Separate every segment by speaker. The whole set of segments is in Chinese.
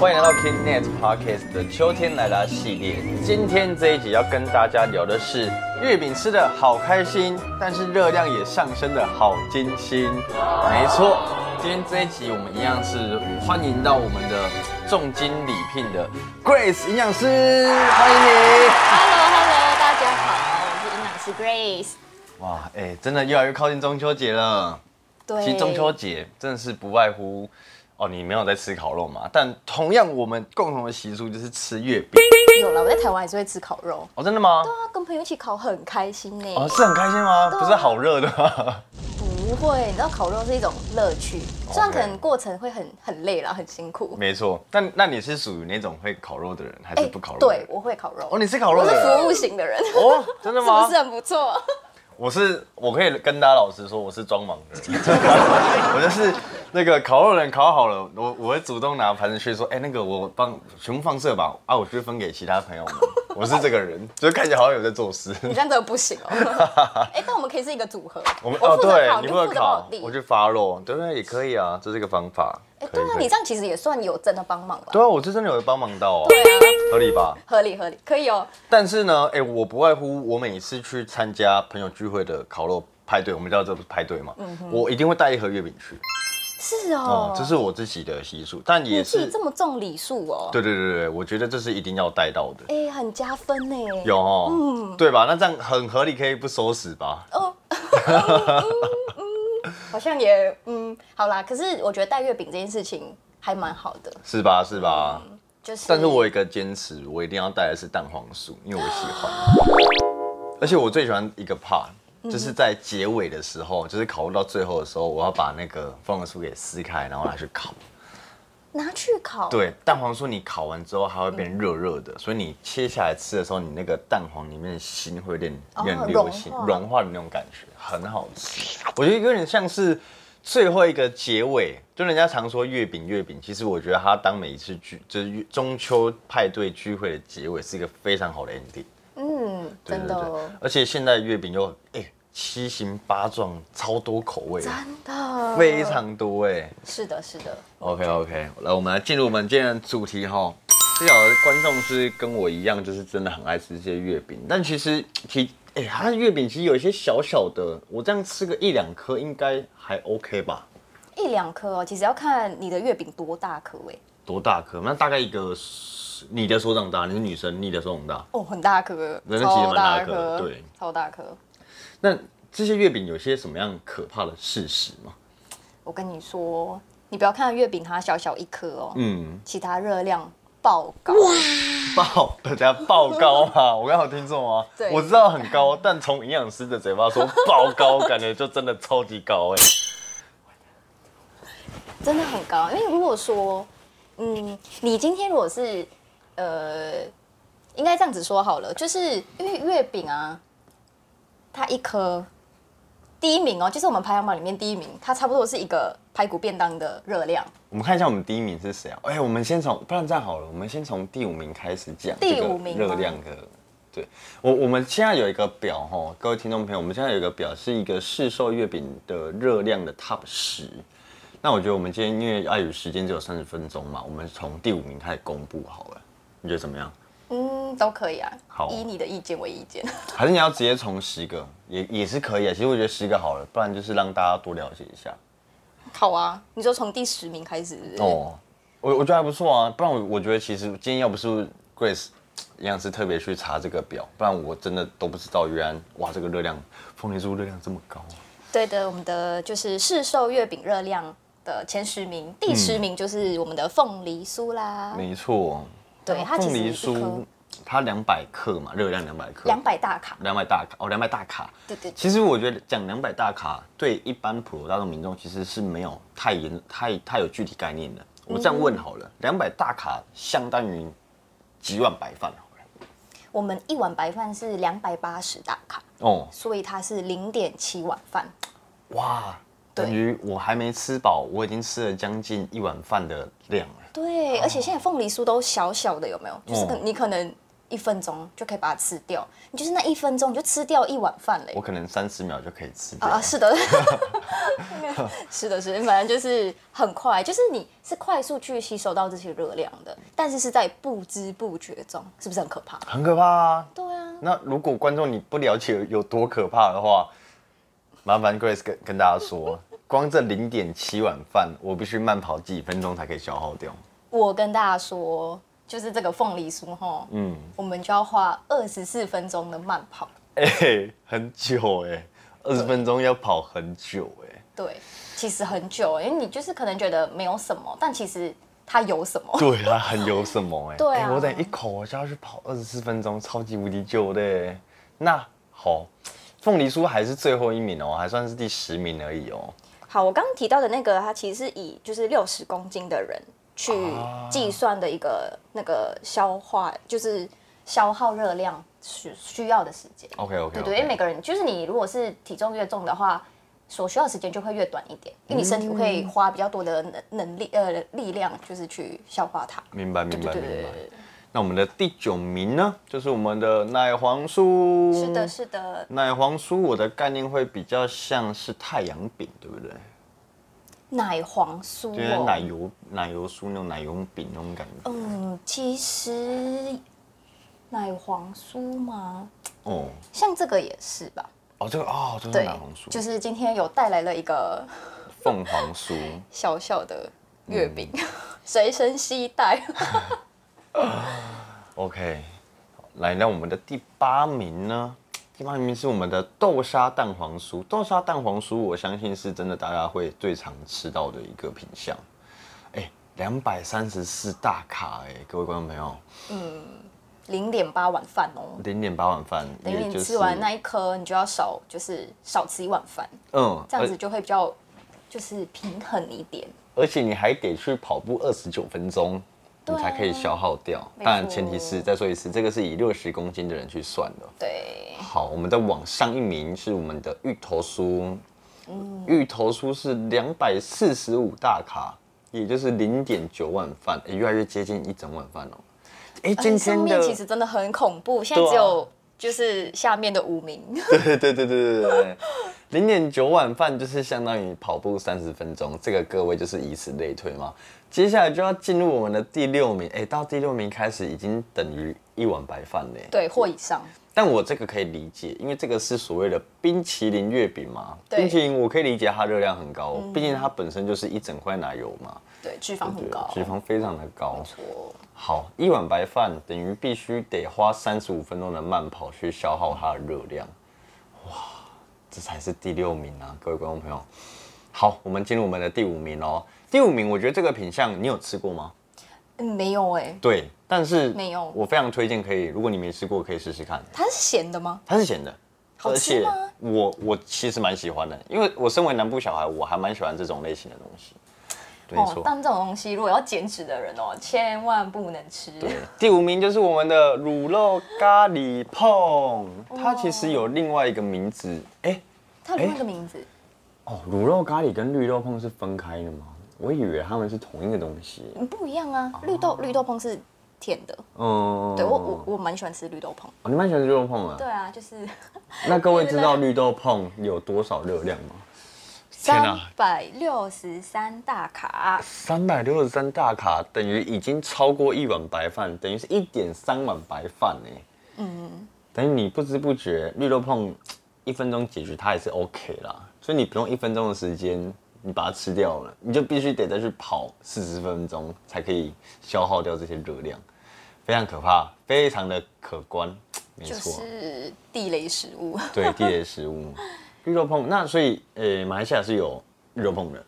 Speaker 1: 欢迎来到 KidNet Podcast 的秋天来啦系列。今天这一集要跟大家聊的是月饼吃的好开心，但是热量也上升的好惊心。没错，今天这一集我们一样是欢迎到我们的重金礼聘的 Grace 营养师，欢迎你。
Speaker 2: Hello Hello，大家好，我是营养师 Grace。
Speaker 1: 哇，哎、真的越来越靠近中秋节了。
Speaker 2: 对
Speaker 1: 其实中秋节真的是不外乎，哦，你没有在吃烤肉嘛？但同样，我们共同的习俗就是吃月饼。
Speaker 2: 有了，我在台湾还是会吃烤肉，
Speaker 1: 哦，真的吗？
Speaker 2: 啊，跟朋友一起烤很开心呢、
Speaker 1: 哦，是很开心吗？
Speaker 2: 对啊
Speaker 1: 不是好热的吗？
Speaker 2: 不会，你知道烤肉是一种乐趣，虽然
Speaker 1: OK
Speaker 2: 可能过程会很很累啦，很辛苦。
Speaker 1: 没错。但那你是属于那种会烤肉的人，还是不烤肉？
Speaker 2: 哎对，。我会烤肉。
Speaker 1: 哦，你是烤肉
Speaker 2: 我
Speaker 1: 的
Speaker 2: 是
Speaker 1: 人。
Speaker 2: 服务型的人，
Speaker 1: 哦，真的
Speaker 2: 是不
Speaker 1: 吗？
Speaker 2: 是很不错？
Speaker 1: 我是我可以跟大家老实说，我是装忙的人， 我就是那个烤肉人烤好了，我我会主动拿盘子去说，哎、那个我帮全部放射吧，啊，我去分给其他朋 友们。我是这个人，就是看起来好像有在做事。
Speaker 2: 你这样真的不行哦。哎、但我们可以是一个组合，
Speaker 1: 我们哦
Speaker 2: 我负责烤，
Speaker 1: 你
Speaker 2: 你
Speaker 1: 负责
Speaker 2: 负责
Speaker 1: 烤
Speaker 2: 烤，
Speaker 1: 我
Speaker 2: 地。
Speaker 1: 去发肉，对不对？也可以啊，这是一个方法。
Speaker 2: 哎、
Speaker 1: 可
Speaker 2: 对
Speaker 1: 以
Speaker 2: 啊，
Speaker 1: 可以
Speaker 2: 你这样其实也算有真的帮忙
Speaker 1: 对啊，
Speaker 2: 了。
Speaker 1: 我是真的有帮忙到啊，合理吧？
Speaker 2: 合理合理，可以哦。
Speaker 1: 但是呢，哎、我不外乎我每次去参加朋友聚会的烤肉派对，我们叫这不是派对嘛，我一定会带一盒月饼去，
Speaker 2: 是
Speaker 1: 哦、
Speaker 2: 嗯哦，
Speaker 1: 这是我自己的习俗，但也
Speaker 2: 你自己
Speaker 1: 是，
Speaker 2: 这么重礼数哦。
Speaker 1: 对对对对，我觉得这是一定要带到的，
Speaker 2: 哎、很加分欸呢。
Speaker 1: 有哦，对吧？那这样很合理，可以不收拾吧？
Speaker 2: 嗯哦，嗯嗯嗯好像也嗯，好啦。可是我觉得带月饼这件事情还蛮好的，
Speaker 1: 是吧？是吧？
Speaker 2: 嗯就是。
Speaker 1: 但是我有一个坚持，我一定要带的是蛋黄酥，因为我喜欢，
Speaker 2: 哦
Speaker 1: 而且我最喜欢一个 part。就是
Speaker 2: 嗯
Speaker 1: 在结尾的时候，就是烤肉到最后的时候，我要把那个凤凰酥给撕开，然后拿去烤。
Speaker 2: 拿去烤，，
Speaker 1: 对，蛋黄酥你烤完之后它会
Speaker 2: 嗯
Speaker 1: 变热热的，所以你切下来吃的时候，你那个蛋黄里面的心会有点有
Speaker 2: 哦
Speaker 1: 点
Speaker 2: 融
Speaker 1: 流
Speaker 2: 化
Speaker 1: 心、融化的那种感觉，很好吃。我觉得有点像是最后一个结尾，就人家常说月饼月饼，其实我觉得它当每一次聚就是月中秋派对聚会的结尾是一个非常好的 ending。
Speaker 2: 嗯，
Speaker 1: 对
Speaker 2: 真
Speaker 1: 对
Speaker 2: 的
Speaker 1: 对
Speaker 2: 哦，，
Speaker 1: 而且现在月饼又哎、七形八状，超多口味的，
Speaker 2: 真的，
Speaker 1: 非常多哎、
Speaker 2: 是的，是的，
Speaker 1: OK OK，来，我们来进入我们今天的主题哈。不晓得观众是跟我一样，就是真的很爱吃这些月饼，但其实其哎、它的月饼其实有一些小小的，我这样吃个一两颗应该还 OK 吧？
Speaker 2: 一两颗哦，其实要看你的月饼多大颗哎，
Speaker 1: 多大颗？那大概一个手你的手掌大，你是女生，你的手掌大。
Speaker 2: 哦，很大颗，
Speaker 1: 那其实蛮
Speaker 2: 超
Speaker 1: 大
Speaker 2: 大
Speaker 1: 颗
Speaker 2: 颗，
Speaker 1: 对，
Speaker 2: 超大颗。
Speaker 1: 那这些月饼有些什么样可怕的事实吗？
Speaker 2: 我跟你说，你不要看月饼它小小一颗哦，
Speaker 1: 嗯，
Speaker 2: 其他热量爆高，
Speaker 1: 爆，大家爆高嘛？我刚好听错吗？
Speaker 2: 对
Speaker 1: 我知道很高，但从营养师的嘴巴说 爆高，感觉就真的超级高哎、
Speaker 2: 真的很高。因为如果说，嗯，你今天如果是，呃，应该这样子说好了，就是因为月饼啊，它一颗第一名哦，就是我们排行榜里面第一名，它差不多是一个排骨便当的热量。
Speaker 1: 我们看一下我们第一名是谁啊？哎、我们先从，不然这样好了，我们先从第五名开始讲
Speaker 2: 第
Speaker 1: 这个
Speaker 2: 五名吗
Speaker 1: 热量的。对，我我们现在有一个表哈，各位听众朋友，我们现在有一个表是一个市售月饼的热量的 Top 十。那我觉得我们今天因为碍于时间只有三十分钟嘛，我们从第五名开始公布好了，你觉得怎么样？
Speaker 2: 嗯，都可以啊。
Speaker 1: 好
Speaker 2: 以你的意见为意见。
Speaker 1: 还是你要直接从十个也也是可以啊？其实我觉得十个好了，不然就是让大家多了解一下。
Speaker 2: 好啊，你就从第十名开始是不是
Speaker 1: 哦，我我觉得还不错啊，不然我我觉得其实今天要不是 Grace 营养师特别去查这个表，不然我真的都不知道原来哇这个热量凤梨酥热量这么高、
Speaker 2: 啊对的，我们的就是市售月饼热量的前十名，第十名就是我们的凤梨酥啦，
Speaker 1: 没错，
Speaker 2: 对它其
Speaker 1: 凤
Speaker 2: 实
Speaker 1: 梨
Speaker 2: 一颗
Speaker 1: 酥它两百克嘛，热量两百克，
Speaker 2: 两百大卡。
Speaker 1: 两百大卡哦，两百大卡。
Speaker 2: 对对对
Speaker 1: 其实我觉得讲两百大卡对一般普罗大众民众其实是没有太严太太有具体概念的。我这样
Speaker 2: 嗯
Speaker 1: 问好了，两百、大卡相当于几碗白饭好了。
Speaker 2: 我们一碗白饭是两百八十大卡，
Speaker 1: 哦，
Speaker 2: 所以它是零点七碗饭。
Speaker 1: 哇，
Speaker 2: 对
Speaker 1: 等于我还没吃饱，我已经吃了将近一碗饭的量了。
Speaker 2: 哦对，而且现在凤梨酥都小小的，有没有？就是可
Speaker 1: 哦
Speaker 2: 你可能一一分钟就可以把它吃掉，你就是那一分钟你就吃掉一碗饭嘞
Speaker 1: 我。可能三十秒就可以吃掉。
Speaker 2: 啊，是的， 是的，是的，反正就是很快，就是你是快速去吸收到这些热量的，但是是在不知不觉中，是不是很可怕？
Speaker 1: 很可怕啊！
Speaker 2: 对啊，
Speaker 1: 那如果观众你不了解有多可怕的话，麻烦 Grace 跟跟大家 说，光这零点七碗饭，我必须慢跑几分钟才可以消耗 掉。
Speaker 2: 我跟大家说，就是这个凤梨酥哈，
Speaker 1: 嗯，
Speaker 2: 我们就要花二十四分钟的慢跑。
Speaker 1: 哎、很久哎、二十分钟要跑很久哎、
Speaker 2: 对，其实很久，因为你就是可能觉得没有什么，但其实它有什么。
Speaker 1: 对啊，很有什么哎、欸？
Speaker 2: 对啊
Speaker 1: 欸我等一口我就要去跑二十四分钟，超级无敌久的欸、那好，凤梨酥还是最后一名哦，还算是第十名而已哦。
Speaker 2: 好，我刚刚提到的那个，它其实是以就是六十公斤的人去计算的一个那个消化，就是消耗热量需需要的时间。
Speaker 1: OK OK，,
Speaker 2: 对
Speaker 1: o
Speaker 2: 哦对，因为每个人就是你，如果是体重越重的话，所需要的时间就会越短一点，因为你身体会花比较多的能能力呃力量，就是去消化它。
Speaker 1: 明白
Speaker 2: 对
Speaker 1: 明
Speaker 2: 对
Speaker 1: 白
Speaker 2: 对
Speaker 1: 明
Speaker 2: 对
Speaker 1: 白。
Speaker 2: 对，
Speaker 1: 那我们的第九名呢，就是我们的奶黄酥。
Speaker 2: 是的，是的，
Speaker 1: 奶黄酥，我的概念会比较像是太阳饼，对不对？
Speaker 2: 奶黄酥
Speaker 1: 因为
Speaker 2: 哦
Speaker 1: 奶油奶油酥那种奶油饼那种感觉。
Speaker 2: 嗯，其实奶黄酥嘛，
Speaker 1: 哦
Speaker 2: 像这个也是吧？
Speaker 1: 哦，这个哦，这个是
Speaker 2: 对
Speaker 1: 奶黄，酥，
Speaker 2: 就是今天有带来了一个
Speaker 1: 凤凰酥。
Speaker 2: 小小的月饼，
Speaker 1: 嗯
Speaker 2: 随身携带。
Speaker 1: OK，来，那我们的第八名呢？第八名是我们的豆沙蛋黄酥。豆沙蛋黄酥，我相信是真的大家会最常吃到的一个品相。哎、两百三十四大卡、哎，各位观众朋友，
Speaker 2: 零点八碗饭哦，
Speaker 1: 零点八碗饭，
Speaker 2: 等于
Speaker 1: 也就
Speaker 2: 你
Speaker 1: 是
Speaker 2: 吃完那一颗，你就要少就是少吃一碗饭，
Speaker 1: 嗯，
Speaker 2: 这样
Speaker 1: 而
Speaker 2: 子就会比较就是平衡一点。
Speaker 1: 而且你还得去跑步二十九分钟，你
Speaker 2: 对啊
Speaker 1: 才可以消耗掉。
Speaker 2: 没错
Speaker 1: 当然，前提是再说一次，这个是以六十公斤的人去算的。
Speaker 2: 对，
Speaker 1: 好，我们再往上一名是我们的芋头酥，
Speaker 2: 嗯
Speaker 1: 芋头酥是两百四十五大卡，也就是零点九碗饭、诶越来越接近一整碗饭哦。哎、今
Speaker 2: 而且呃上
Speaker 1: 天
Speaker 2: 面
Speaker 1: 的
Speaker 2: 其实真的很恐怖，现在
Speaker 1: 对啊
Speaker 2: 只有就是下面的五名。
Speaker 1: 对对对对对对对，零点九碗饭就是相当于跑步三十分钟，这个各位就是以此类推嘛。接下来就要进入我们的第六名，哎、到第六名开始已经等于一碗白饭嘞。
Speaker 2: 对，或以上，
Speaker 1: 但我这个可以理解，因为这个是所谓的冰淇淋月饼嘛。
Speaker 2: 对
Speaker 1: 冰淇淋我可以理解它热量很高，毕竟它本身就是一整块奶油嘛，
Speaker 2: 对，脂肪很
Speaker 1: 对
Speaker 2: 高，
Speaker 1: 脂肪非常的高
Speaker 2: 没。错。
Speaker 1: 好，一碗白饭等于必须得花三十五分钟的慢跑去消耗它的热量。哇，这才是第六名啊，各位观众朋友。好，我们进入我们的第五名哦。第五名，我觉得这个品相你有吃过吗？
Speaker 2: 嗯，没有哎、
Speaker 1: 对，但是
Speaker 2: 没有
Speaker 1: 我非常推荐，可以，如果你没吃过，可以试试看。
Speaker 2: 它是咸的吗？
Speaker 1: 它是咸的，
Speaker 2: 好
Speaker 1: 而
Speaker 2: 吃
Speaker 1: 且
Speaker 2: 吗
Speaker 1: 我我其实蛮喜欢的，因为我身为南部小孩，我还蛮喜欢这种类型的东西。对没
Speaker 2: 哦
Speaker 1: 错，，
Speaker 2: 但这种东西如果要减脂的人哦，千万不能吃。
Speaker 1: 对，第五名就是我们的卤肉咖喱碰，它其实有另外一个名字，哎、
Speaker 2: 它有另外一个名字，
Speaker 1: 哦，卤肉咖喱跟绿豆碰是分开的吗？我以为它们是同一个东西。
Speaker 2: 嗯不一样啊。绿
Speaker 1: 哦
Speaker 2: 豆绿豆椪是甜的，
Speaker 1: 嗯，
Speaker 2: 对我我我蛮喜欢吃绿豆椪。
Speaker 1: 哦你蛮喜欢吃绿豆碰啊
Speaker 2: 对？啊，就是
Speaker 1: 那各位知道绿豆碰有多少热量吗？天
Speaker 2: 三
Speaker 1: 啊
Speaker 2: 百六十三大卡，
Speaker 1: 三百六十三大卡等于已经超过一碗白饭，等于是一点三碗白饭呢。嗯，等于你不知不觉绿豆碰一分钟解决它也是 OK 啦，所以你不用一分钟的时间，你把它吃掉了，你就必须得再去跑四十分钟才可以消耗掉这些热量，非常可怕，非常的可观，没
Speaker 2: 就
Speaker 1: 错，
Speaker 2: 是地雷食 物。
Speaker 1: 对地雷食物， 绿豆碰。那所以，呃、马来西亚是有绿豆碰的。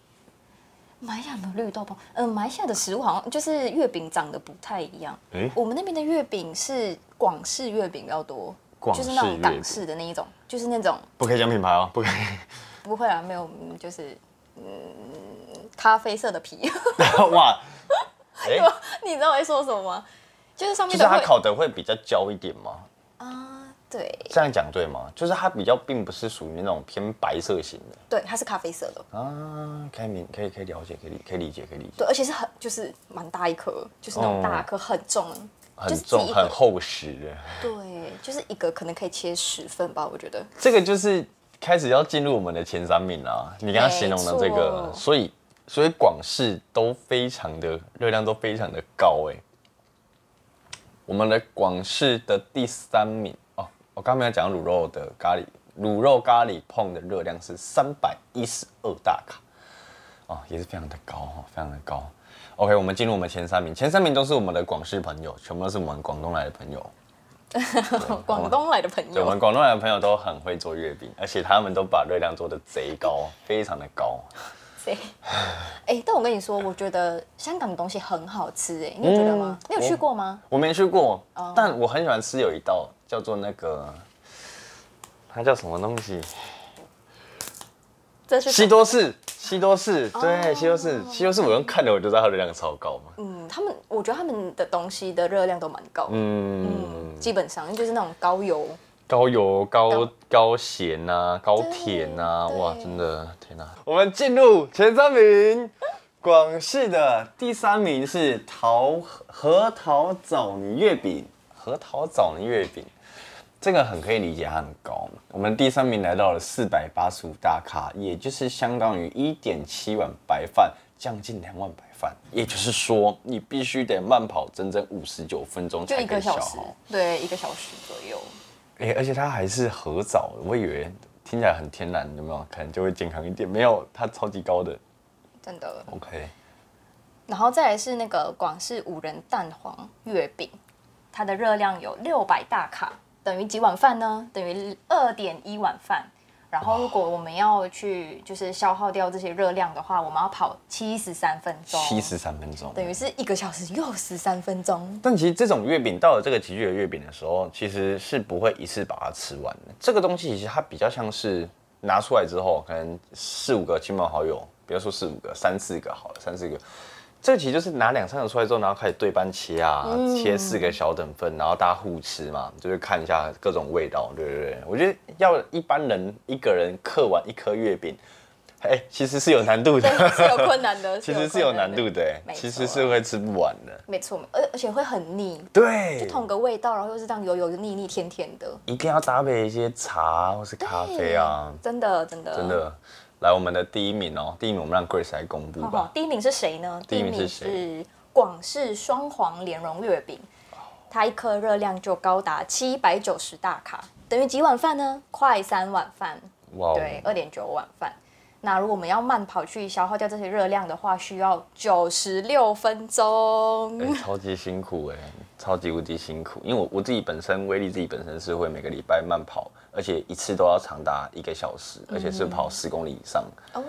Speaker 2: 马来西亚有没有绿豆椪，呃，马来西亚的食物好像就是月饼长得不太一样。
Speaker 1: 诶
Speaker 2: 我们那边的月饼是广式月饼比较多，
Speaker 1: 广
Speaker 2: 就是那
Speaker 1: 式
Speaker 2: 种
Speaker 1: 月饼
Speaker 2: 港式的那一种，就是那种
Speaker 1: 不可以讲品牌哦，不可以。
Speaker 2: 不会啊，没有，嗯就是嗯，咖啡色的皮，
Speaker 1: 哇，哎、
Speaker 2: 你知道我在说什么吗？就是上
Speaker 1: 就
Speaker 2: 面
Speaker 1: 是
Speaker 2: 都
Speaker 1: 它
Speaker 2: 会
Speaker 1: 烤的会比较焦一点吗？
Speaker 2: 啊，对
Speaker 1: 这样讲对吗？就是它比较并不是属于那种偏白色型的
Speaker 2: 对，它是咖啡色的，
Speaker 1: 啊，可以明可以可以了解，可以理可以理解可以理解。
Speaker 2: 对，而且是很就是蛮大一颗，就是那种
Speaker 1: 哦
Speaker 2: 大颗很重，
Speaker 1: 很
Speaker 2: 就是
Speaker 1: 重
Speaker 2: 记忆
Speaker 1: 很
Speaker 2: 本
Speaker 1: 厚实的。
Speaker 2: 对，就是一个可能可以切十份吧，我 觉得。
Speaker 1: 这个就是开始要进入我们的前三名啦。你刚刚形容的这个
Speaker 2: 没错，
Speaker 1: 所以所以广式都非常的热量都非常的高哎、我们的广式的第三名哦，我刚刚没有讲到卤肉的咖喱，卤肉咖喱碰的热量是三百一十二大卡，哦，也是非常的高哦，非常的高。OK，我们进入我们前三名，前三名都是我们的广式朋友，全部都是我们广东来的朋友。
Speaker 2: 广东来的朋
Speaker 1: 哦对，我
Speaker 2: 友
Speaker 1: 们，广东人的朋友都很会做月饼，而且他们都把热量做的贼高，非常的高。
Speaker 2: 谁？哎，但我跟你说，我觉得香港的东西很好吃，哎，
Speaker 1: 嗯
Speaker 2: 你有觉得吗？你有去过吗？
Speaker 1: 我没去过，但我很喜欢吃有一道叫做那个，它叫什么东西？
Speaker 2: 这是
Speaker 1: 西多士，西多士，对，西多士，西多士，我用看的我就知道它热量超高嘛。
Speaker 2: 嗯，他们我觉得他们的东西的热量都蛮高，
Speaker 1: 嗯，
Speaker 2: 基本上就是那种高油。
Speaker 1: 高油、高
Speaker 2: 高
Speaker 1: 高咸呐、高甜呐、
Speaker 2: 对
Speaker 1: 哇，
Speaker 2: 对
Speaker 1: 真的天呐、我们进入前三名，广式的第三名是桃核桃枣泥月饼，核桃枣泥月饼，这个很可以理解，它很高。我们第三名来到了四百八十五大卡，也就是相当于一点七碗白饭，将近两碗白饭。也就是说，你必须得慢跑整整五十九分钟
Speaker 2: 就
Speaker 1: 才哦
Speaker 2: 一
Speaker 1: 可
Speaker 2: 个
Speaker 1: 以消
Speaker 2: 小时
Speaker 1: 耗。，
Speaker 2: 对，一个小时左右。
Speaker 1: 哎、而且它还是合枣，我以为听起来很天然，有没有？可能就会健康一点。没有，它超级高的。
Speaker 2: 真的，
Speaker 1: OK，
Speaker 2: 然后再来是那个广式五仁蛋黄月饼，它的热量有六百大卡，等于几碗饭呢？等于二点一碗饭。然后如果我们要去就是消耗掉这些热量的话，我们要跑七十三分钟，
Speaker 1: 七十三分钟。
Speaker 2: 等于是一个小时又十三 分钟。
Speaker 1: 但其实这种月饼到了这个极具的月饼的时候，其实是不会一次把它吃完的。这个东西其实它比较像是拿出来之后，可能四五个亲朋好友，比如说四五个、三四个好了，三四个。这个其实就是拿两三个出来之后，然后开始对半切啊，切四个小等份，然后大家互吃嘛，就是看一下各种味道，对不对？我觉得要一般人一个人嗑完一颗月饼，哎，其实是有难度的，
Speaker 2: 对，是有困难的，
Speaker 1: 其实是有
Speaker 2: 困
Speaker 1: 难
Speaker 2: 的
Speaker 1: 度的，哎
Speaker 2: 没错
Speaker 1: 其实是会吃不完的。
Speaker 2: 没错，而而且会很腻，
Speaker 1: 对，
Speaker 2: 就同个味道，然后又是这样油油腻腻甜甜的。
Speaker 1: 一定要搭配一些茶或是咖啡啊，
Speaker 2: 真的真的
Speaker 1: 真。的。来，我们的第一名哦，第一名我们让 Grace 来公布
Speaker 2: 好好
Speaker 1: 吧。
Speaker 2: 第一名是谁呢？
Speaker 1: 第一名是谁
Speaker 2: 广式双黄莲蓉月饼，它一颗热量就高达七百九十大卡，等于几碗饭呢？快三碗饭，
Speaker 1: 哇哦，
Speaker 2: 对，二点九碗饭。那如果我们要慢跑去消耗掉这些热量的话，需要九十六分钟。
Speaker 1: 哎超级辛苦哎、超级无敌辛苦。因为我我自己本身威力自己本身是会每个礼拜慢跑，而且一次都要长达一个小时，
Speaker 2: 嗯
Speaker 1: 而且是跑十公里以上。
Speaker 2: 哦，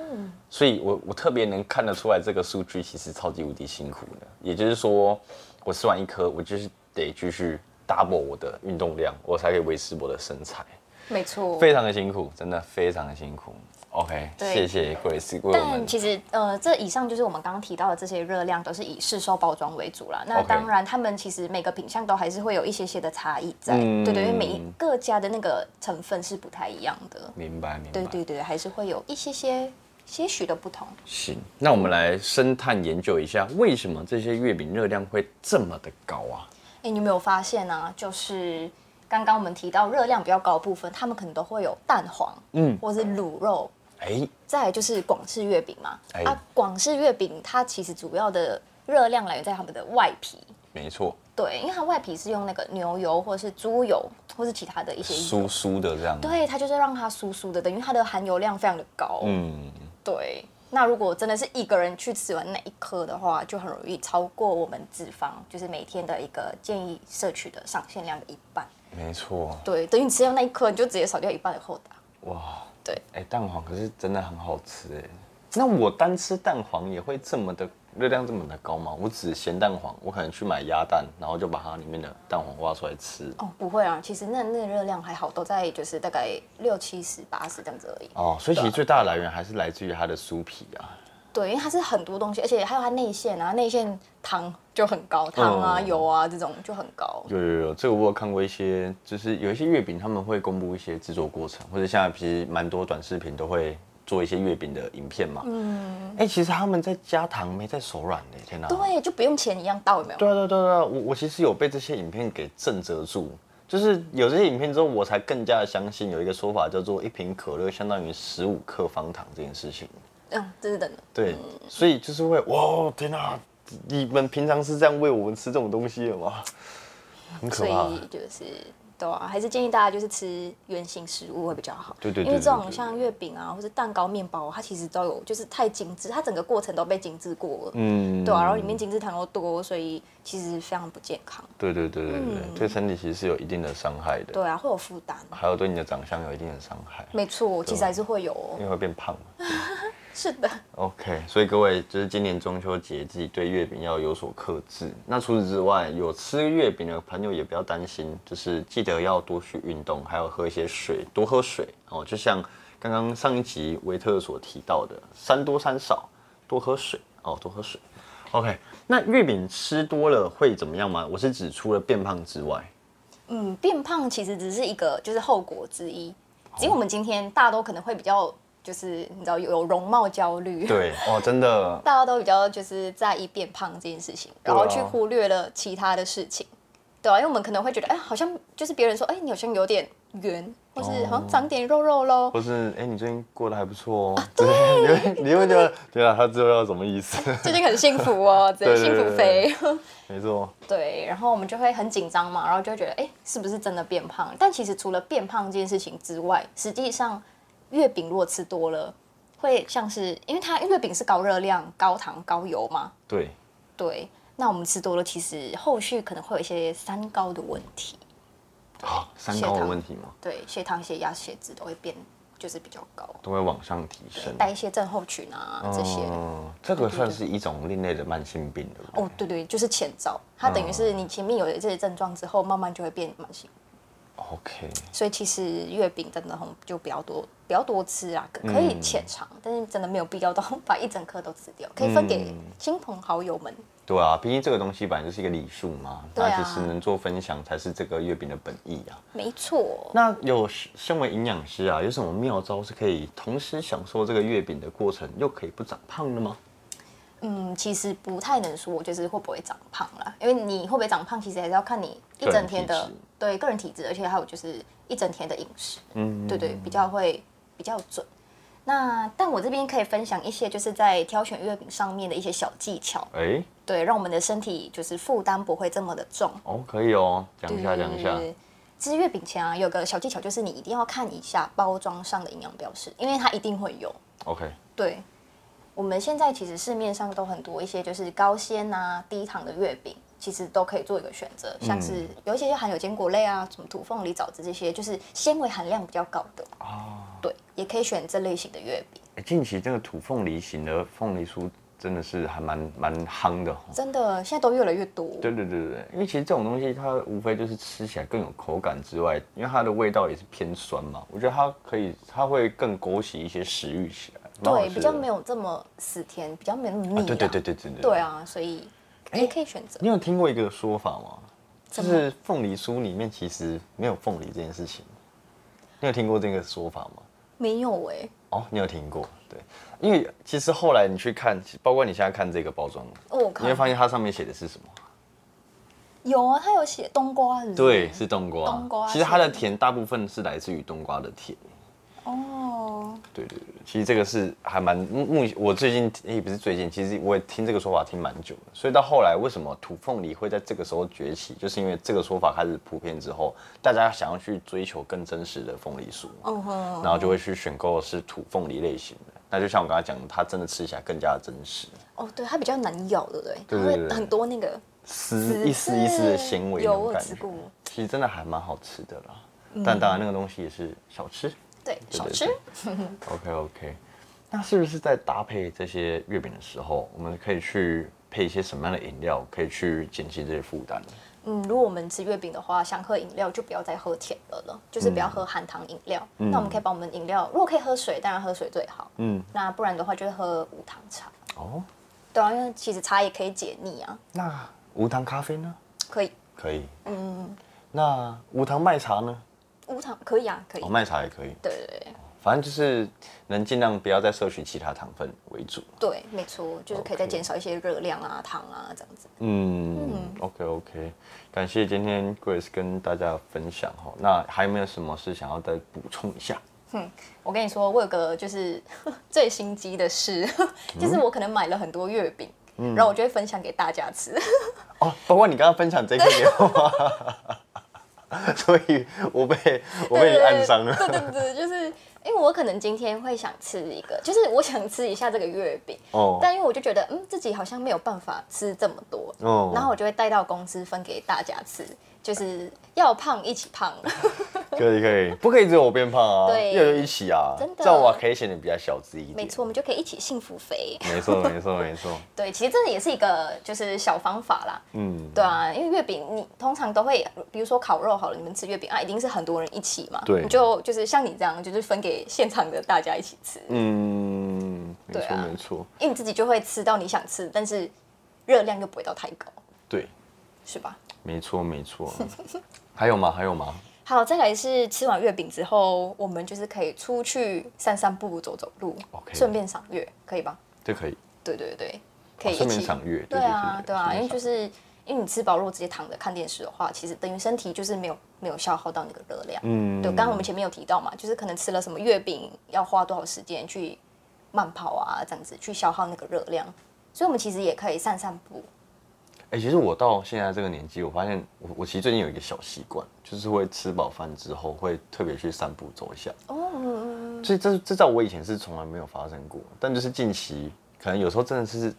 Speaker 1: 所以我我特别能看得出来这个数据其实超级无敌辛苦的。也就是说，我吃完一颗，我就是得继续 double 我的运动量，我才可以维持我的身材。
Speaker 2: 没错。
Speaker 1: 非常的辛苦，真的非常的辛苦。OK，
Speaker 2: 对
Speaker 1: 谢谢 Grace 为我
Speaker 2: 但
Speaker 1: 们
Speaker 2: 其实，呃，这以上就是我们刚刚提到的这些热量，都是以市售包装为主啦。那
Speaker 1: OK
Speaker 2: 当然，他们其实每个品相都还是会有一些些的差异在，
Speaker 1: 嗯
Speaker 2: 对对，因为每一各家的那个成分是不太一样的，
Speaker 1: 明白明白。
Speaker 2: 对对对，还是会有一些些些许的不同。
Speaker 1: 行，那我们来深探研究一下，为什么这些月饼热量会这么的高啊？
Speaker 2: 哎，你有没有发现啊？就是刚刚我们提到热量比较高的部分，他们可能都会有蛋黄，
Speaker 1: 嗯
Speaker 2: 嗯，或是卤肉，
Speaker 1: 哎，
Speaker 2: 再来就是广式月饼嘛。
Speaker 1: 哎
Speaker 2: 啊，广式月饼它其实主要的热量来源在他们的外皮。
Speaker 1: 没错，
Speaker 2: 对，因为它外皮是用那个牛油或者是猪油或是其他的一些油，
Speaker 1: 酥酥的这样。，
Speaker 2: 对，它就是让它酥酥的，等于它的含油量非常的高。
Speaker 1: 嗯，
Speaker 2: 对，那如果真的是一个人去吃完那一颗的话，就很容易超过我们脂肪，就是每天的一个建议摄取的上限量的一半。
Speaker 1: 没错，
Speaker 2: 对，等于你吃掉那一颗，你就直接少掉一半的扣打。
Speaker 1: 哇，
Speaker 2: 对，
Speaker 1: 哎，蛋黄可是真的很好吃哎。那我单吃蛋黄也会这么的热量这么的高吗？我只咸蛋黄，我可能去买鸭蛋，然后就把它里面的蛋黄挖出来吃。
Speaker 2: 哦，不会啊，其实那那热量还好，都在就是大概六七十、八十这样子而已。
Speaker 1: 哦，所以其实最大的来源还是来自于它的酥皮啊。
Speaker 2: 对，因为它是很多东西，而且还有它内馅啊，内馅糖就很高，糖啊、
Speaker 1: 嗯
Speaker 2: 油啊这种就很高。
Speaker 1: 有有有，这个我有看过一些，就是有一些月饼他们会公布一些制作过程，或者现在其实蛮多短视频都会做一些月饼的影片嘛。嗯，哎、其实他们在加糖没在手软的，天哪、
Speaker 2: 对，就不用钱一样到，有没有？
Speaker 1: 对啊，对啊对啊对啊，我我其实有被这些影片给震慑住，就是有这些影片之后，我才更加的相信有一个说法叫做一瓶可乐相当于十五克方糖这件事情。
Speaker 2: 嗯，这是真的。
Speaker 1: 对，所以就是会哇，天哪、你们平常是这样喂我们吃这种东西的吗？很可
Speaker 2: 所
Speaker 1: 怕。
Speaker 2: 以就是对啊，还是建议大家就是吃圆形食物会比较好。
Speaker 1: 对对对
Speaker 2: 因为这
Speaker 1: 对对
Speaker 2: 种
Speaker 1: 对
Speaker 2: 像月饼啊，或者蛋糕、面包，它其实都有就是太精致，它整个过程都被精致过了。
Speaker 1: 嗯
Speaker 2: 对啊，然后里面精致糖又多，所以其实非常不健康。
Speaker 1: 对对对对对对，对身体其实是有一定的伤害的，
Speaker 2: 对啊，会有负担。
Speaker 1: 还有对你的长相有一定的伤害，
Speaker 2: 没错，
Speaker 1: 啊
Speaker 2: 其实还是会有、哦
Speaker 1: 因。为会变胖嘛。
Speaker 2: 是的，
Speaker 1: OK，所以各位就是今年中秋节自己对月饼要有所克制。那除此之外，有吃月饼的朋友也不要担心，就是记得要多去运动，还有喝一些水，多喝水哦。就像刚刚上一集维特所提到的，三多三少，多喝水哦，多喝水。OK，那月饼吃多了会怎么样吗？我是指除了变胖之外，
Speaker 2: 嗯，变胖其实只是一个就是后果之一。只因为我们今天大家都可能会比较就是你知道有有容貌焦虑。
Speaker 1: 对哦，真的
Speaker 2: 大家都比较就是在意变胖这件事情，
Speaker 1: 对啊
Speaker 2: 然后去忽略了其他的事情，对啊，因为我们可能会觉得，哎、好像就是别人说，哎、你好像有点圆，或是
Speaker 1: 哦
Speaker 2: 好像长点肉 肉喽。
Speaker 1: 或是哎、你最近过得还不错
Speaker 2: 啊
Speaker 1: 哦。 对，你会你会觉得，对啊，他知道要什么意思？
Speaker 2: 最近很幸福哦，对，
Speaker 1: 对对
Speaker 2: 幸福肥。
Speaker 1: 没错，
Speaker 2: 对，然后我们就会很紧张嘛，然后就会觉得，哎、是不是真的变胖？但其实除了变胖这件事情之外，实际上月饼如果吃多了，会像是因为它因为月饼是高热量、高糖、高油嘛，
Speaker 1: 对。
Speaker 2: 对。那我们吃多了，其实后续可能会有一些三高的问题。
Speaker 1: 啊，三
Speaker 2: 血
Speaker 1: 高的
Speaker 2: 糖
Speaker 1: 问题吗？
Speaker 2: 对，血糖、血压、血脂都会变，就是比较高，
Speaker 1: 都会往上提升。
Speaker 2: 代谢症候群啊这些。
Speaker 1: 嗯，这个算是一种另类的慢性病的。
Speaker 2: 哦，对对，就是前兆，它等于是你前面有了这些症状之后，慢慢就会变慢性。
Speaker 1: OK，
Speaker 2: 所以其实月饼真的很就比较多，比较多吃啊，可可以浅尝，但是真的没有必要到把一整颗都吃掉，可以分给亲朋好友们。
Speaker 1: 对啊，毕竟这个东西本来就是一个礼数嘛，
Speaker 2: 对啊
Speaker 1: 那其实能做分享才是这个月饼的本意啊。
Speaker 2: 没错，
Speaker 1: 那有身为营养师啊，有什么妙招是可以同时享受这个月饼的过程，又可以不长胖的吗？
Speaker 2: 嗯，其实不太能说就是会不会长胖啦，因为你会不会长胖，其实还是要看你一
Speaker 1: 个人
Speaker 2: 整
Speaker 1: 体
Speaker 2: 天的
Speaker 1: 质
Speaker 2: 对个人体质，而且还有就是一整天的饮食，嗯，对对，比较会比较准。那但我这边可以分享一些就是在挑选月饼上面的一些小技巧，
Speaker 1: 哎、
Speaker 2: 对，让我们的身体就是负担不会这么的重。
Speaker 1: 哦，可以哦，讲一下
Speaker 2: 对
Speaker 1: 讲一下。。
Speaker 2: 吃嗯月饼前啊，有个小技巧，就是你一定要看一下包装上的营养标示，因为它一定会有。
Speaker 1: OK，
Speaker 2: 对，我们现在其实市面上都很多一些就是高纤啊、低糖的月饼，其实都可以做一个选择，像是
Speaker 1: 嗯
Speaker 2: 有一些就含有坚果类啊，什么土凤梨、枣子这些，就是纤维含量比较高的。哦，
Speaker 1: 啊
Speaker 2: 对，也可以选这类型的月饼。
Speaker 1: 哎近期这个土凤梨型的凤梨酥真的是还蛮蛮夯的哦。
Speaker 2: 真的，现在都越来越多。
Speaker 1: 对对对对对，因为其实这种东西它无非就是吃起来更有口感之外，因为它的味道也是偏酸嘛，我觉得它可以，它会更勾起一些食欲起来。蛮好
Speaker 2: 对，
Speaker 1: 吃
Speaker 2: 比
Speaker 1: 的
Speaker 2: 较没有这么死甜，比较没有那么腻、
Speaker 1: 啊，
Speaker 2: 啊。
Speaker 1: 对对对对对对。
Speaker 2: 对！啊，所以也可以选择。
Speaker 1: 你有听过一个说法吗？就
Speaker 2: 怎么
Speaker 1: 是凤梨酥里面其实没有凤梨这件事情，你有听过这个说法吗？
Speaker 2: 没有哎、
Speaker 1: 哦，你有听过？对，因为其实后来你去看，包括你现在看这个包装，
Speaker 2: 哦我
Speaker 1: 你
Speaker 2: 靠
Speaker 1: 会，发现它上面写的是什么？
Speaker 2: 有啊，它有写冬瓜是不是
Speaker 1: 对，是冬瓜。
Speaker 2: 冬瓜
Speaker 1: 其实它的
Speaker 2: 是
Speaker 1: 甜大部分是来自于冬瓜的甜。
Speaker 2: 哦，
Speaker 1: 对对对，其实这个是还蛮目目，我最近也不是最近，其实我也听这个说法听蛮久的，所以到后来为什么土凤梨会在这个时候崛起，就是因为这个说法开始普遍之后，大家想要去追求更真实的凤梨酥，
Speaker 2: 嗯哼，
Speaker 1: 然后就会去选购是土凤梨类型的。那就像我刚才讲的，它真的吃起来更加的真实，
Speaker 2: 哦，对，它比较难咬，对不对？
Speaker 1: 对对
Speaker 2: 它
Speaker 1: 对
Speaker 2: 会
Speaker 1: 对
Speaker 2: 很多那个，
Speaker 1: 丝
Speaker 2: 丝
Speaker 1: 一丝一丝的纤维那
Speaker 2: 有
Speaker 1: 种
Speaker 2: 我
Speaker 1: 感
Speaker 2: 吃
Speaker 1: 觉
Speaker 2: 过，嗯
Speaker 1: 其实真的还蛮好吃的啦。但当然那个东西也是小吃。
Speaker 2: 对，
Speaker 1: 对
Speaker 2: 少
Speaker 1: 对
Speaker 2: 吃。
Speaker 1: OK OK，那是不是在搭配这些月饼的时候，我们可以去配一些什么样的饮料，可以去减轻这些负担？
Speaker 2: 嗯，如果我们吃月饼的话，想喝饮料就不要再喝甜的
Speaker 1: 嗯
Speaker 2: 了，就是不要喝含糖饮料。那我们可以把我们饮料，如果可以喝水，当然喝水最好。
Speaker 1: 嗯，
Speaker 2: 那不然的话，就是喝无糖茶。
Speaker 1: 哦，
Speaker 2: 对啊，因为其实茶也可以解腻啊，
Speaker 1: 那无糖咖啡呢？
Speaker 2: 可以
Speaker 1: 可以。嗯，那无糖麦茶呢？
Speaker 2: 无糖可以啊，可以。
Speaker 1: 哦，麦茶也可以。
Speaker 2: 对对对，
Speaker 1: 反正就是能尽量不要再摄取其他糖分为主。
Speaker 2: 对，没错，就是可以再减少一些热量啊、糖啊这样子。
Speaker 1: 嗯 o k OK，感谢今天 Grace 跟大家的分享哈。那还有没有什么是想要再补充一下？
Speaker 2: 我跟你说，我有个就是最心机的事， 就是我可能买了很多月饼，然后我就会分享给大家吃。
Speaker 1: 哦，包括你刚刚分享这个给我， 所以我被我被你暗伤了。
Speaker 2: 对对对对，就是因为我可能今天会想吃一个，就是我想吃一下这个月饼，
Speaker 1: 哦
Speaker 2: 但因为我就觉得嗯自己好像没有办法吃这么多，
Speaker 1: 哦
Speaker 2: 然后我就会带到公司分给大家吃，就是要胖一起胖。
Speaker 1: 可以可以，不可以只有我变胖啊，
Speaker 2: 对
Speaker 1: 要有一起啊，
Speaker 2: 真的
Speaker 1: 这样我可以显得比较小资一点。
Speaker 2: 没错，我们就可以一起幸福肥。
Speaker 1: 没错，没错，没错。
Speaker 2: 对，其实这也是一个就是小方法啦。
Speaker 1: 嗯，
Speaker 2: 对啊，因为月饼你通常都会，比如说烤肉好了，你们吃月饼啊，一定是很多人一起嘛。
Speaker 1: 对
Speaker 2: 你就就是像你这样，就是分给现场的大家一起吃，
Speaker 1: 嗯，没
Speaker 2: 对
Speaker 1: 错，
Speaker 2: 啊
Speaker 1: 没错，
Speaker 2: 因为你自己就会吃到你想吃，但是热量又不会到太高，
Speaker 1: 对，
Speaker 2: 是吧？
Speaker 1: 没错，没 错。还有吗？还有吗？
Speaker 2: 好，再来是吃完月饼之后，我们就是可以出去散散步、走走路
Speaker 1: OK
Speaker 2: 顺便赏月，可以吧？
Speaker 1: 这可以，哦
Speaker 2: 对对对，可以一
Speaker 1: 顺便
Speaker 2: 起。
Speaker 1: 赏月。
Speaker 2: 对啊，对啊，因为就是是因为你吃饱肉直接躺着看电视的话，其实等于身体就是没有没有消耗到那个热量。
Speaker 1: 嗯，
Speaker 2: 对，刚刚我们前面有提到嘛，就是可能吃了什么月饼，要花多少时间去慢跑啊，这样子去消耗那个热量。所以我们其实也可以散散步，
Speaker 1: 哎、其实我到现在这个年纪，我发现我我其实最近有一个小习惯，就是会吃饱饭之后会特别去散步走一下。哦，
Speaker 2: 嗯
Speaker 1: 所以这这在我以前是从来没有发生过，但就是近期可能有时候真的是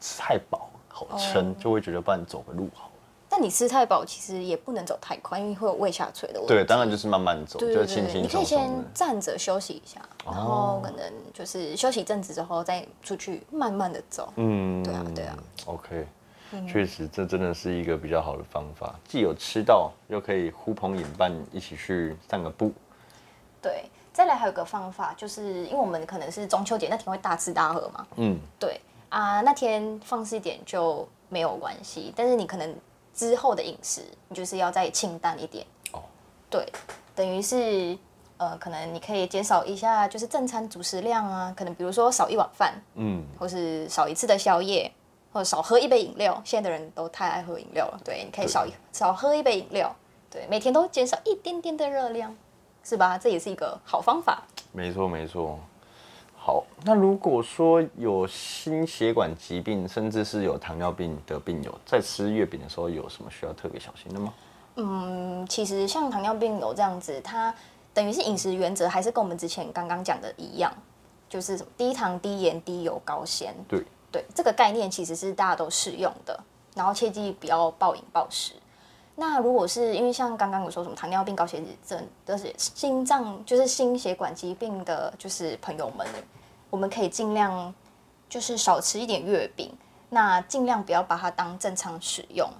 Speaker 1: 吃太饱，好撑，
Speaker 2: 哦
Speaker 1: 就会觉得不然走个路好了。
Speaker 2: 但你吃太饱其实也不能走太快，因为会有胃下垂的问题。
Speaker 1: 对，当然就是慢慢走，
Speaker 2: 对
Speaker 1: 就
Speaker 2: 对
Speaker 1: 是轻
Speaker 2: 对对，
Speaker 1: 轻
Speaker 2: 你可
Speaker 1: 松
Speaker 2: 以
Speaker 1: 松
Speaker 2: 先
Speaker 1: 的。哦
Speaker 2: 站着休息一下，然后可能就是休息一阵子之后再出去慢慢的走。
Speaker 1: 嗯，
Speaker 2: 对啊对啊。嗯
Speaker 1: OK，确实，这真的是一个比较好的方法，既有吃到，又可以呼朋引伴一起去散个步。
Speaker 2: 对，再来还有一个方法，就是因为我们可能是中秋节那天会大吃大喝嘛，
Speaker 1: 嗯，
Speaker 2: 对啊，那天放肆一点就没有关系，但是你可能之后的饮食，你就是要再清淡一点。
Speaker 1: 哦
Speaker 2: 哦，对，等于是呃，可能你可以减少一下就是正餐主食量啊，可能比如说少一碗饭，
Speaker 1: 嗯，
Speaker 2: 或是少一次的宵夜，或者少喝一杯饮料。现在的人都太爱喝饮料了，对，你可以少一少喝一杯饮料，对，每天都减少一点点的热量，是吧？这也是一个好方法。
Speaker 1: 没错没错。好，那如果说有心血管疾病，甚至是有糖尿病的病友，在吃月饼的时候，有什么需要特别小心的吗？
Speaker 2: 嗯，其实像糖尿病有这样子，它等于是饮食原则还是跟我们之前刚刚讲的一样，就是什么低糖、低盐、低油、高纤。
Speaker 1: 对，
Speaker 2: 对，这个概念其实是大家都适用的，然后切记不要暴饮暴食。那如果是因为像刚刚有说什么糖尿病、高血脂症，就是心脏就是心血管疾病的，就是朋友们，我们可以尽量就是少吃一点月饼，那尽量不要把它当正常使用。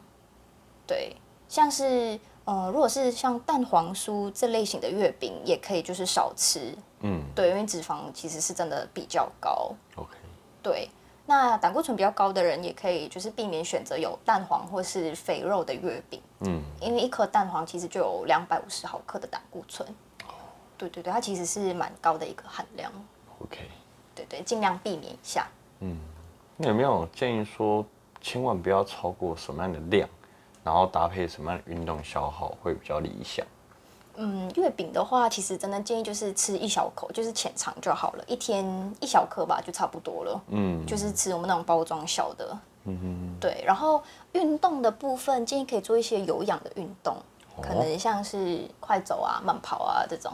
Speaker 2: 对，像是呃，如果是像蛋黄酥这类型的月饼，也可以就是少吃。
Speaker 1: 嗯
Speaker 2: 对，因为脂肪其实是真的比较高。
Speaker 1: ，OK，
Speaker 2: 对，那胆固醇比较高的人也可以就是避免选择有蛋黄或是肥肉的月饼，
Speaker 1: 嗯，
Speaker 2: 因为一颗蛋黄其实就有两百五十毫克的胆固醇。对对对，它其实是蛮高的一个含量。
Speaker 1: OK，
Speaker 2: 对对，尽量避免一下。
Speaker 1: 那有没有建议说，千万不要超过什么样的量，然后搭配什么样的运动消耗会比较理想？
Speaker 2: 嗯，月饼的话，其实真的建议就是吃一小口，就是浅尝就好了，一天一小颗吧，就差不多了。
Speaker 1: 嗯，
Speaker 2: 就是吃我们那种包装小的。嗯对，然后运动的部分建议可以做一些有氧的运动，可能像是快走啊、慢跑啊这种，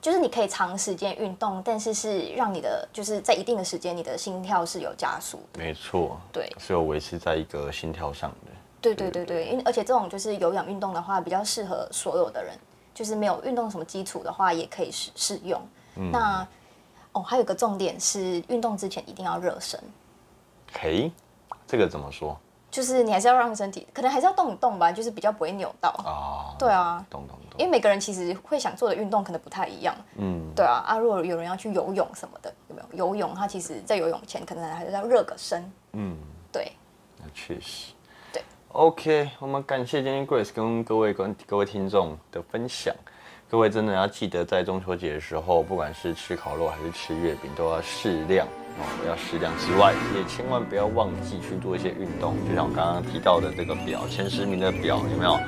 Speaker 2: 就是你可以长时间运动，但是是让你的就是在一定的时间，你的心跳是有加速的。
Speaker 1: 没错，
Speaker 2: 对
Speaker 1: 是有维持在一个心跳上的。
Speaker 2: 对对对对，因为而且这种就是有氧运动的话，比较适合所有的人，就是没有运动什么基础的话，也可以适适用。
Speaker 1: 嗯
Speaker 2: 那哦，还有一个重点是，运动之前一定要热身，
Speaker 1: 嘿，这个怎么说
Speaker 2: 就是你还是要让身体，可能还是要动一动吧，就是比较不会扭到。
Speaker 1: 啊？
Speaker 2: 对啊，
Speaker 1: 懂懂
Speaker 2: 因
Speaker 1: 懂。
Speaker 2: 为每个人其实会想做的运动可能不太一样。
Speaker 1: 嗯，
Speaker 2: 对啊，啊，如果有人要去游泳什么的，有没有？游泳他其实在游泳前可能还是要热个身。
Speaker 1: 嗯，
Speaker 2: 对，
Speaker 1: 那确实。
Speaker 2: 对。
Speaker 1: OK，我们感谢今天 Grace 跟各位观各位听众的分享。各位真的要记得，在中秋节的时候，不管是吃烤肉还是吃月饼，都要适量哦，要适量之外，也千万不要忘记去做一些运动。就像我刚刚提到的这个表，前十名的表有没有？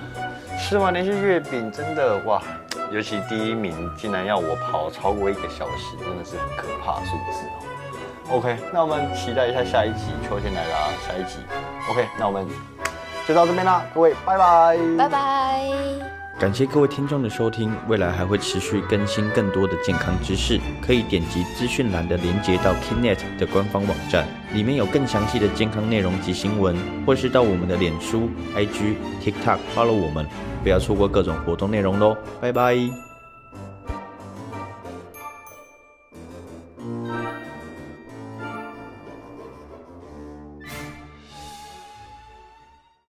Speaker 1: 吃完那些月饼，真的哇，尤其第一名竟然要我跑超过一个小时，真的是很可怕的数字哦。OK，那我们期待一下下一集，秋天来了啊，下一集。OK，那我们就到这边啦，各位，拜拜，
Speaker 2: 拜拜。
Speaker 3: 感谢各位听众的收听，未来还会持续更新更多的健康知识，可以点击资讯栏的连接到 Kinet 的官方网站，里面有更详细的健康内容及新闻，或是到我们的脸书、IG、TikTok follow 我们，不要错过各种活动内容喽，拜拜。